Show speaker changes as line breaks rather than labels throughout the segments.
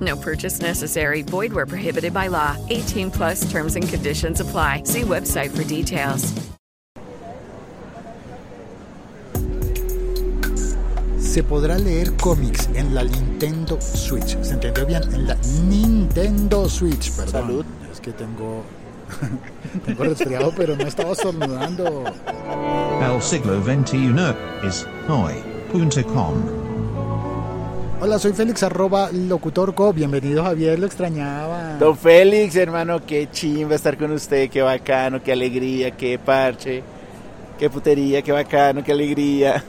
No purchase necessary. Void where prohibited by law. 18 plus terms and conditions apply. See website for details.
Se podrá leer cómics en la Nintendo Switch. ¿Se entendió bien? En la Nintendo Switch, perdón.
Salud.
Es que tengo. tengo resfriado, pero no estaba estornudando.
El siglo XXI es hoy.com.
Hola, soy Félix arroba locutorco. Bienvenido, Javier. Lo extrañaba.
Don Félix, hermano, qué chimba estar con usted, qué bacano, qué alegría, qué parche, qué putería, qué bacano, qué alegría.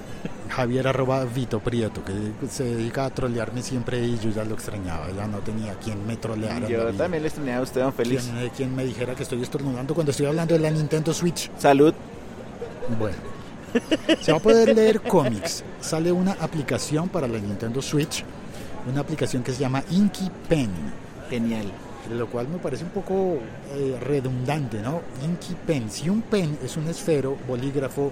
Javier arroba Vito Prieto, que se dedica a trolearme siempre y yo ya lo extrañaba. Ya no tenía quien me troleara. en la
Yo
vida.
también le extrañaba a usted, don Félix.
Quien, eh, quien me dijera que estoy estornudando cuando estoy hablando de la Nintendo Switch.
Salud.
Bueno. Se va a poder leer cómics. Sale una aplicación para la Nintendo Switch, una aplicación que se llama Inky Pen,
Genial.
lo cual me parece un poco eh, redundante, ¿no? Inky Pen. Si un pen es un esfero, bolígrafo,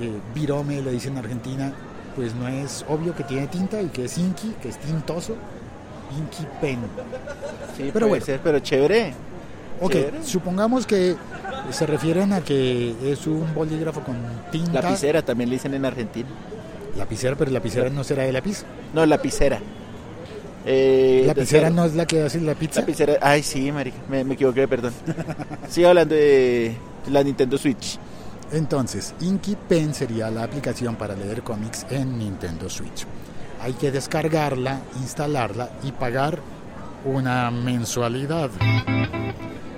eh, virome, le dicen en Argentina, pues no es obvio que tiene tinta y que es inky, que es tintoso. Inky Pen.
Sí,
Pero
pero
bueno.
bueno. pero chévere.
Ok,
Chévere.
supongamos que se refieren a que es un bolígrafo con tinta.
Lapicera también le dicen en Argentina.
Lapicera, pero lapicera no será de lápiz.
No, lapicera. Eh,
La pizera
de-
no es la que hace la pizza.
Lapicera. Ay, sí, marica, me, me equivoqué, perdón. Sigo hablando de la Nintendo Switch.
Entonces, Inky Pen sería la aplicación para leer cómics en Nintendo Switch. Hay que descargarla, instalarla y pagar una mensualidad.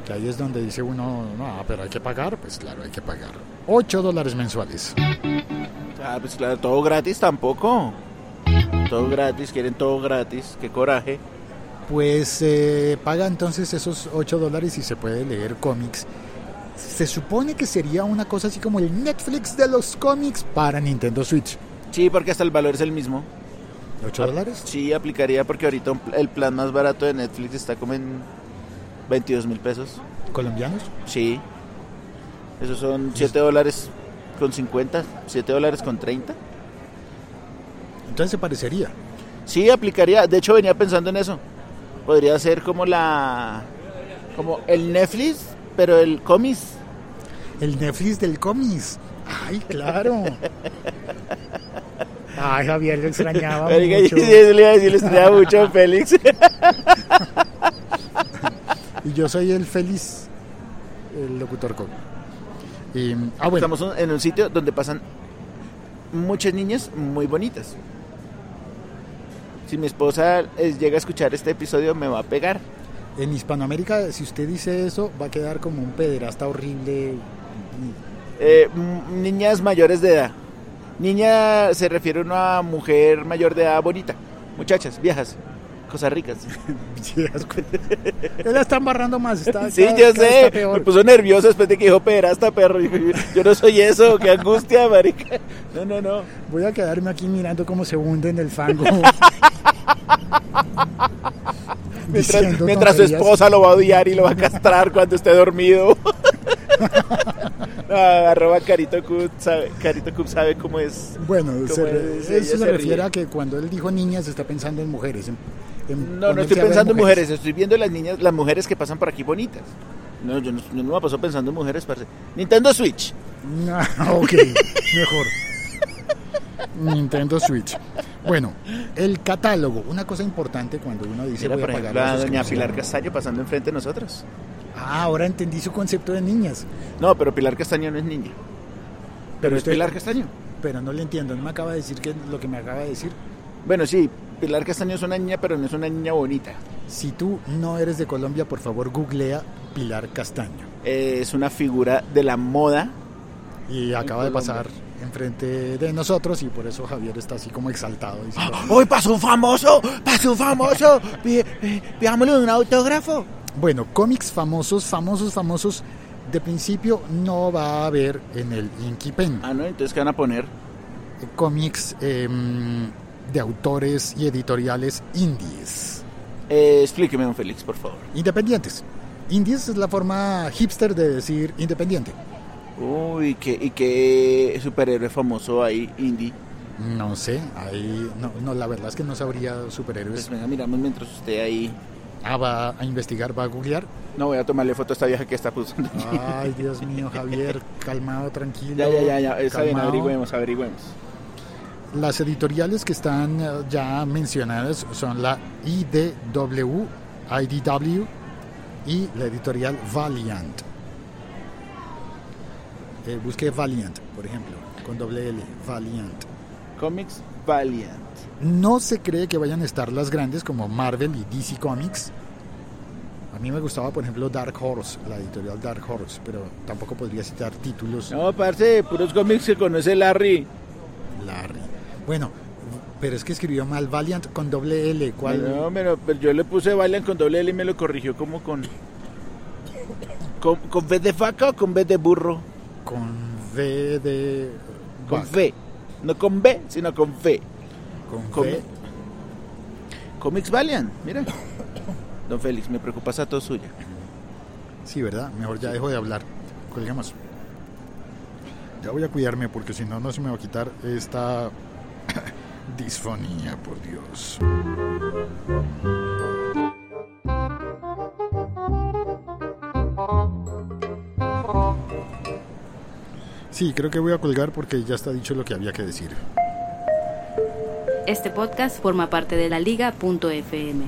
Que ahí es donde dice uno, no, pero hay que pagar. Pues claro, hay que pagar. 8 dólares mensuales.
Ah, pues claro, todo gratis tampoco. Todo gratis, quieren todo gratis, qué coraje.
Pues eh, paga entonces esos 8 dólares y se puede leer cómics. Se supone que sería una cosa así como el Netflix de los cómics para Nintendo Switch.
Sí, porque hasta el valor es el mismo.
¿8 dólares?
Sí, aplicaría porque ahorita un pl- el plan más barato de Netflix está como en 22 mil pesos.
¿Colombianos?
Sí. Esos son 7 dólares con 50, 7 dólares con 30.
Entonces se parecería.
Sí, aplicaría. De hecho, venía pensando en eso. Podría ser como la. Como el Netflix, pero el comis.
El Netflix del cómics. Ay, claro. Ay, Javier, lo extrañaba
Marica, y
mucho.
eso le iba a decir, le extrañaba mucho a Félix.
Y yo soy el feliz el locutor cómic. Y, ah, bueno,
Estamos un- en un sitio donde pasan muchas niñas muy bonitas. Si mi esposa eh, llega a escuchar este episodio, me va a pegar.
en Hispanoamérica, si usted dice eso, va a quedar como un pederasta horrible.
Eh, mm, niñas mayores de edad. Niña se refiere a una mujer mayor de edad bonita. Muchachas, viejas, cosas ricas.
Sí, asco. Él la está embarrando más. Está,
Sí,
cada- cada
yo
está
sé. Pues,
peor.
Me puso nervioso después de que dijo pederasta, perro. Yo, yo no soy eso. Qué angustia, marica. No, no, no.
Voy a quedarme aquí mirando cómo se hunde en el fango.
Mientras,
Diciendo
mientras su
tonterías.
esposa lo va a odiar y lo va a castrar cuando esté dormido. No, arroba Carito Cub sabe, Carito Cub sabe cómo es.
Bueno,
cómo
se re-
es, ella
eso se,
ríe.
refiere a que cuando él dijo niñas está pensando en mujeres. en- en
No, no
ponerse
estoy
a ver
pensando en mujeres, estoy viendo las niñas, las mujeres que pasan por aquí bonitas. No, yo no, yo no me paso pensando en mujeres, parce. Nintendo Switch.
No, Ah, ok, mejor. Nintendo Switch. Bueno, el catálogo, una cosa importante cuando uno dice
Mira,
voy a
por
pagar
ejemplo,
la
a doña
suscripción.
Pilar Castaño pasando enfrente de nosotros.
Ah, ahora entendí su concepto de niñas.
No, pero Pilar Castaño no es niña. Pero es
usted-
Pilar Castaño.
Pero no le entiendo, no me acaba de decir que lo que me acaba de decir.
Bueno, sí, Pilar Castaño es una niña, pero no es una niña bonita.
Si tú no eres de Colombia, por favor googlea Pilar Castaño.
Eh, es una figura de la moda.
Y acaba de
Colombia.
pasar enfrente de nosotros y por eso Javier está así como exaltado. "Oh". diciendo,
¡Hoy pasó un famoso! ¡Pasó un famoso! ¡Veámosle un autógrafo!
Bueno, cómics famosos, famosos, famosos, de principio no va a haber en el Inkipen.
Ah, no, entonces ¿qué van a poner?
Cómics em, de autores y editoriales indies,
Eh, explíqueme, don Félix, por favor.
independientes. Indies es la forma hipster de decir independiente.
Uy, ¿qué, ¿y qué superhéroe famoso hay, indie?
No sé, ahí no, no, la verdad es que no sabría superhéroes.
Pues venga, miramos mientras usted ahí...
Ah, va a investigar, va a googlear.
No, voy a tomarle foto a esta vieja que está pulsando.
Ay, Dios mío, Javier, calmado, tranquilo.
ya, ya, ya, ya, está bien,
calmado.
averigüemos, averigüemos.
Las editoriales que están eh, ya mencionadas son la IDW, IDW y la editorial Valiant. Eh, busqué Valiant, por ejemplo, con doble L, Valiant.
Comics Valiant.
No se cree que vayan a estar las grandes como Marvel y DC Comics. A mí me gustaba, por ejemplo, Dark Horse, la editorial Dark Horse, pero tampoco podría citar títulos.
No, parce, puros cómics que conoce Larry.
Larry. Bueno, pero es que escribió mal Valiant con doble L. ¿Cuál?
No, pero, pero yo le puse Valiant con doble L y me lo corrigió como con... ¿Con, con B de vaca o con B de burro?
Con V de.
Con
vaca.
fe. No con B, sino con fe.
Con
Con-
V.
Comics Valiant, mira. Don Félix, me preocupa esa tos suya.
Sí, ¿verdad? Mejor ya dejo de hablar. Colguemos. Ya voy a cuidarme porque si no, no se me va a quitar esta disfonía, por Dios. Sí, creo que voy a colgar porque ya está dicho lo que había que decir.
Este podcast forma parte de la liga.fm.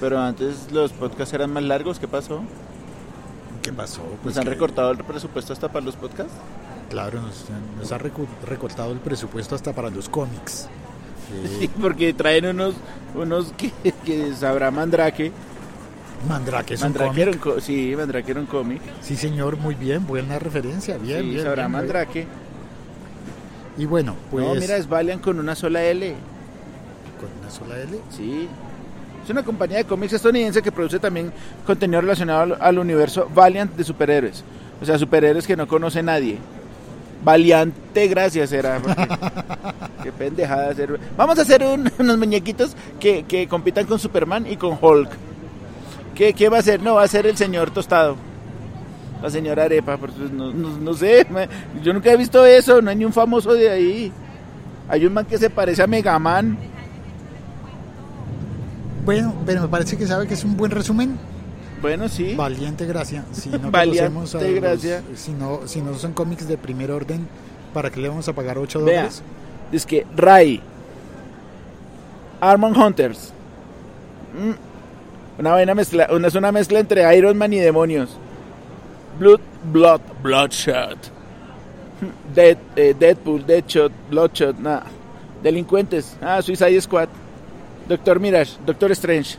Pero antes los podcasts eran más largos, ¿qué pasó?
¿Qué pasó?
¿Nos
Pues
han
que-
recortado el presupuesto hasta para los podcasts?
Claro, nos, han- nos ha recu- recortado el presupuesto hasta para los cómics. Eh,
Sí, porque traen unos, unos que, que sabrá Mandrake.
Mandrake es un
Mandrake era
cómic.
un co- sí, Mandrake era un cómic.
Sí, señor, muy bien, buena referencia, bien,
sí,
bien,
sabrá
bien, bien.
Mandrake.
Y bueno, pues
No, mira, es Valiant con una sola L.
con una sola L.
Sí. Es una compañía de cómics estadounidense que produce también contenido relacionado al, al universo Valiant de superhéroes. O sea, superhéroes que no conoce nadie. Valiante, gracias, era. porque- Qué pendejada hacer. Vamos a hacer un- unos muñequitos que, que compitan con Superman y con Hulk. ¿Qué, qué va a ser? No, va a ser el señor tostado. La señora Arepa, porque no, no- no sé. ma- Yo nunca he visto eso. No hay ni un famoso de ahí. Hay un man que se parece a Megaman.
Bueno, pero me parece que sabe que es un buen resumen.
Bueno, sí.
Valiente gracia. Si no
Valiente
conocemos a
gracia.
si no, si no son cómics de primer orden, ¿para qué le vamos a pagar 8
Vea,
dólares?
es que Ray, Armon Hunters, Mm. una vaina mezcla, una, es una mezcla entre Iron Man y demonios, Blood, Blood, Bloodshot, Mm. Dead, eh, Deadpool, Deadshot, Bloodshot, nada, delincuentes, ah, Suicide Squad, Doctor Mirage, Doctor Strange.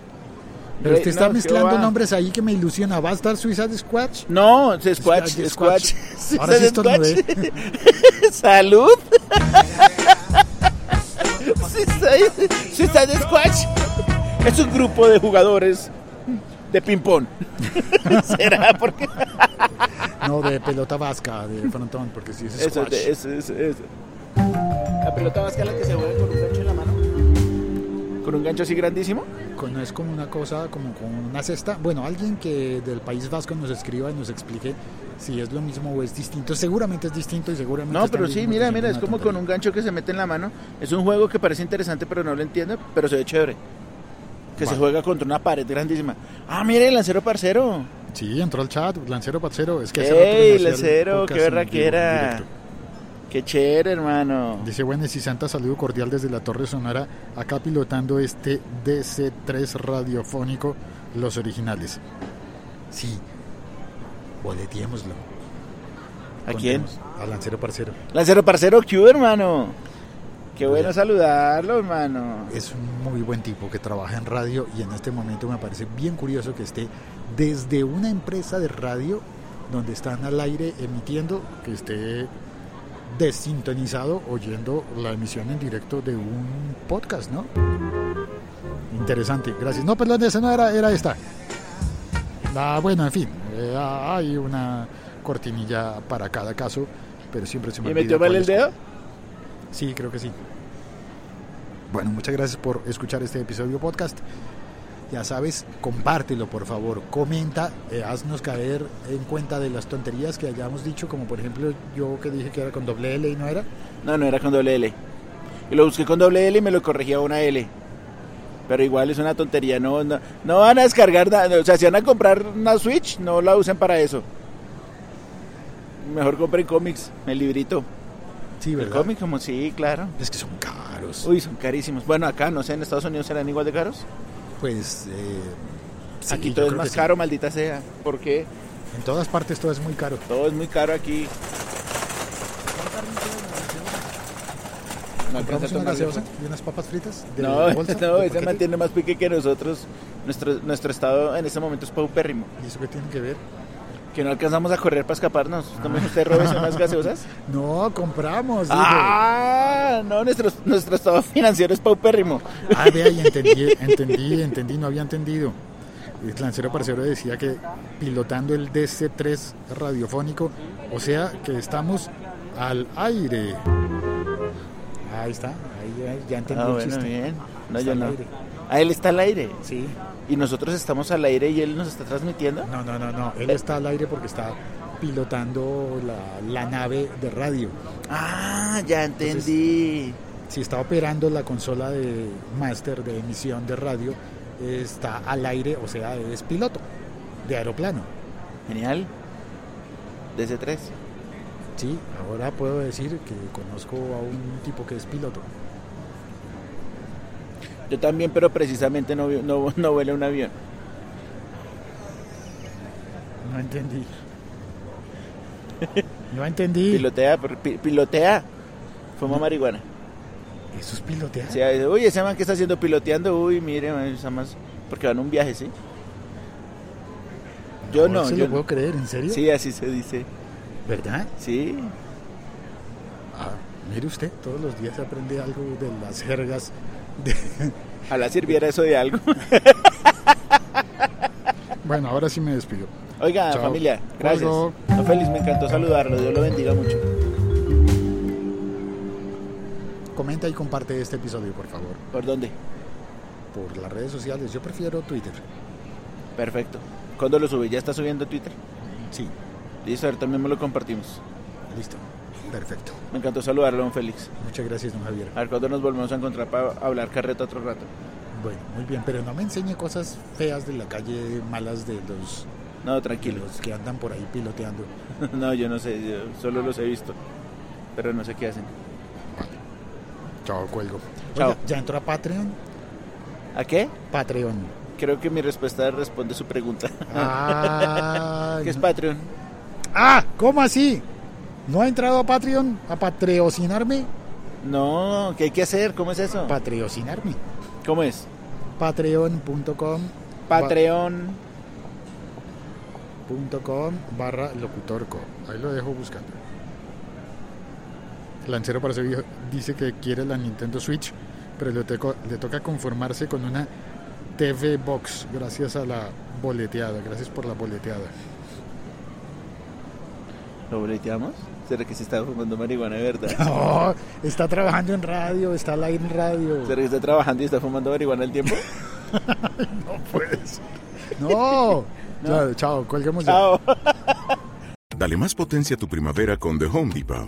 Pero
Rey-
usted está
no, ¿qué
mezclando
va?
nombres ahí que me ilusiona. ¿Va a estar Suiza de Squatch?
No, es Squatch,
Squatch,
Squatch.
Squatch. Ahora sí estornudé.
Salud. Sí, sí, sí, está de Squatch. Es un grupo de jugadores de ping-pong. ¿Será porque
No, de pelota vasca, de frontón, porque si es
Eso,
Squatch.
eso, eso, eso. La pelota vasca es la que se mueve con un gancho en la mano. ¿Con un gancho así grandísimo?
Con- No es como una cosa, como con una cesta. Bueno, alguien que del País Vasco nos escriba y nos explique si es lo mismo o es distinto. Seguramente es distinto y seguramente.
No,
están
pero sí,
mismo
mira,
diciendo
mira, es
una
como con
tontería.
un gancho que se mete en la mano. Es un juego que parece interesante, pero no lo entiendo, pero se ve chévere. Que se
Bueno.
juega contra una pared grandísima. Ah, mira el lancero parcero.
Sí, entró al chat, Lancero Parcero. Es que hace rato que no
¡Ey,
hacía el
lancero!
podcast
¡Qué
en
verdad
vivo,
que
en
era!
directo.
¡Qué chévere, hermano!
Dice Buenas y Santa, saludo cordial desde la Torre Sonora, acá pilotando este DC3 radiofónico, los originales. Sí. Boleteémoslo.
¿A quién?
Contemos. Al lancero parcero.
Lancero Parcero Q, hermano. Qué
Pues
bueno saludarlo, hermano.
Es un muy buen tipo que trabaja en radio y en este momento me parece bien curioso que esté desde una empresa de radio donde están al aire emitiendo, que esté desintonizado oyendo la emisión en directo de un podcast, ¿no? Interesante, gracias. No, perdón, esa no era, era esta. Ah, bueno, en fin, eh, ah, hay una cortinilla para cada caso, pero siempre se me
¿Y
olvida
metió mal
cuál
el
es.
dedo?
Sí, creo que sí. Bueno, muchas gracias por escuchar este episodio podcast. Ya sabes, compártelo por favor, comenta, eh, haznos caer en cuenta de las tonterías que hayamos dicho, como por ejemplo yo que dije que era con doble L y no era.
No, no era con doble L. Y lo busqué con doble L y me lo corregía una L. Pero igual es una tontería, no, no, no van a descargar nada, o sea, si van a comprar una Switch, no la usen para eso. Mejor compren cómics, el librito.
Sí,
El
¿verdad?
cómic, como sí, claro.
Es que son caros.
Uy, son carísimos. Bueno, acá, no sé, en Estados Unidos serán igual de caros.
Pues eh, sí,
aquí
yo
todo es
creo que
más
sí.
caro, maldita sea. porque
En todas partes todo es muy caro.
Todo es muy caro aquí. No alcanza a
Compramos una
tomar el
gaseosa y unas papas fritas de
No,
bolsa.
no,
de
ese man
paquete.
tiene más pique que nosotros. Nuestro, nuestro estado en este momento es paupérrimo.
¿Y eso qué tiene que ver?
Que no alcanzamos a correr para escaparnos.
Ah.
¿También usted robes unas gaseosas?
No, compramos. dije.
¡Ah! No, nuestro, nuestro estado financiero es paupérrimo.
Ah, vea, y entendí, entendí, entendí, no había entendido. El lancero parcero decía que pilotando el DC3 radiofónico, o sea que estamos al aire. Ahí está, ahí, ahí, ya entendí
Ah,
el
bueno,
chiste.
bien. No,
Está
yo
al
no.
aire.
Ah, él está al aire.
Sí.
Y nosotros estamos al aire y él nos está transmitiendo.
No, no, no, no, él está al aire porque está pilotando la, la nave de radio.
Ah, ya entendí.
Si está operando la consola de máster de emisión de radio, está al aire, o sea, es piloto de aeroplano.
Genial. DC3.
Sí, ahora puedo decir que conozco a un tipo que es piloto.
Yo también, pero precisamente no, vi- no, no vuela un avión.
No entendí. No entendí.
Pilotea, por- pi- pilotea. Fuma marihuana.
¿Eso es pilotear?
O sea, dice, uy, ese man que está haciendo piloteando, uy, mire, man, está más. Porque van a un viaje, ¿sí? Yo no,
se
yo
lo puedo
no.
creer, ¿en serio?
Sí, así se dice.
¿Verdad?
Sí.
Ah, mire usted, todos los días se aprende algo de las jergas. de-
Ojalá sirviera eso de algo.
Bueno, ahora sí me despido.
Oiga,
Chao.
familia, gracias.
Cuelgo.
No, feliz, me encantó saludarlo. Dios lo bendiga mucho.
Comenta y comparte este episodio, por favor,
¿Por dónde?
por las redes sociales. Yo prefiero Twitter.
Perfecto. ¿Cuándo lo subí? ¿Ya está subiendo a Twitter?
Sí,
Listo, ahorita mismo lo compartimos.
listo. Perfecto.
Me encantó saludarlo, don Félix.
Muchas gracias, don Javier.
A ver cuándo nos volvemos a encontrar para hablar carreta otro rato.
Bueno, muy bien, pero no me enseñe cosas feas de la calle, malas de los
No,
que
tranquilo.
los que andan por ahí piloteando.
No, yo no sé, yo solo los he visto. Pero no sé qué hacen.
Chao, cuelgo.
Chao.
Oiga, ¿Ya entró a Patreon?
¿A qué?
Patreon.
Creo que mi respuesta responde su pregunta.
Ah,
¿Qué es Patreon?
ah, ¿cómo así? ¿No ha entrado a Patreon a patreocinarme?
No, ¿qué hay que hacer? ¿Cómo es eso?
Patreocinarme.
¿Cómo es?
Patreon.com
Patreon.
punto com barra locutorco. Ahí lo dejo buscando. Lancero para viejo dice que quiere la Nintendo Switch, pero le, teco- le toca conformarse con una TV Box gracias a la boleteada. Gracias por la boleteada.
¿Lo boleteamos? ¿Será que se está fumando marihuana de verdad?
No, Oh, está trabajando en radio, está al aire en radio.
¿Será que está trabajando y está fumando marihuana al tiempo?
No puedes. No. Claro, chao, colguemos ya.
Chao.
Dale más potencia a tu primavera con The Home Depot.